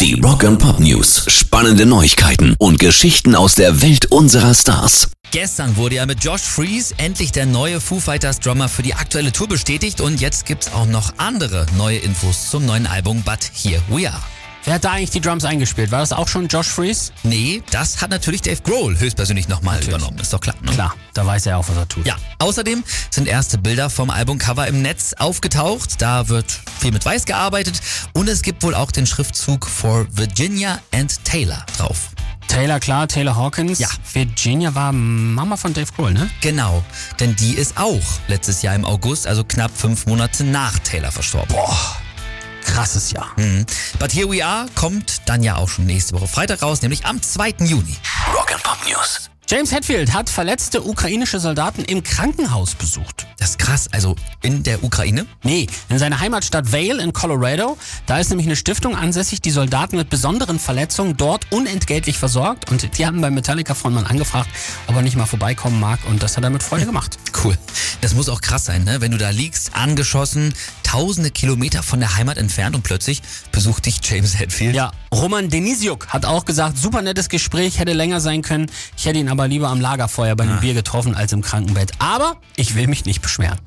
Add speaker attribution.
Speaker 1: Die Rock and Pop News. Spannende Neuigkeiten und Geschichten aus der Welt unserer Stars.
Speaker 2: Gestern wurde ja mit Josh Freeze endlich der neue Foo Fighters Drummer für die aktuelle Tour bestätigt und jetzt gibt's auch noch andere neue Infos zum neuen Album But Here We Are.
Speaker 3: Wer hat da eigentlich die Drums eingespielt? War das auch schon Josh Freeze?
Speaker 2: Nee, das hat natürlich Dave Grohl höchstpersönlich nochmal übernommen. Ist doch klar. Ne?
Speaker 3: Klar, da weiß er auch, was er tut.
Speaker 2: Ja, außerdem sind erste Bilder vom Albumcover im Netz aufgetaucht. Da wird viel mit Weiß gearbeitet und es gibt wohl auch den Schriftzug For Virginia and Taylor drauf.
Speaker 3: Taylor, klar, Taylor Hawkins.
Speaker 2: Ja.
Speaker 3: Virginia war Mama von Dave Grohl, ne?
Speaker 2: Genau, denn die ist auch letztes Jahr im August, also knapp fünf Monate nach Taylor verstorben. Boah.
Speaker 3: Krasses Jahr.
Speaker 2: Hm. But Here We Are kommt dann ja auch schon nächste Woche Freitag raus, nämlich am 2. Juni.
Speaker 1: Rock and Pop News.
Speaker 3: James Hetfield hat verletzte ukrainische Soldaten im Krankenhaus besucht.
Speaker 2: Das ist krass, also in der Ukraine.
Speaker 3: Nee, in seiner Heimatstadt Vale in Colorado. Da ist nämlich eine Stiftung ansässig, die Soldaten mit besonderen Verletzungen dort unentgeltlich versorgt. Und die haben bei Metallica-Frontmann angefragt, ob er nicht mal vorbeikommen mag. Und das hat er mit Freude gemacht.
Speaker 2: Cool. Das muss auch krass sein, ne? wenn du da liegst, angeschossen, tausende Kilometer von der Heimat entfernt und plötzlich besucht dich James Hetfield.
Speaker 3: Ja, Roman Denisiuk hat auch gesagt, super nettes Gespräch, hätte länger sein können. Ich hätte ihn aber lieber am Lagerfeuer bei einem Bier getroffen als im Krankenbett. Aber ich will mich nicht beschweren.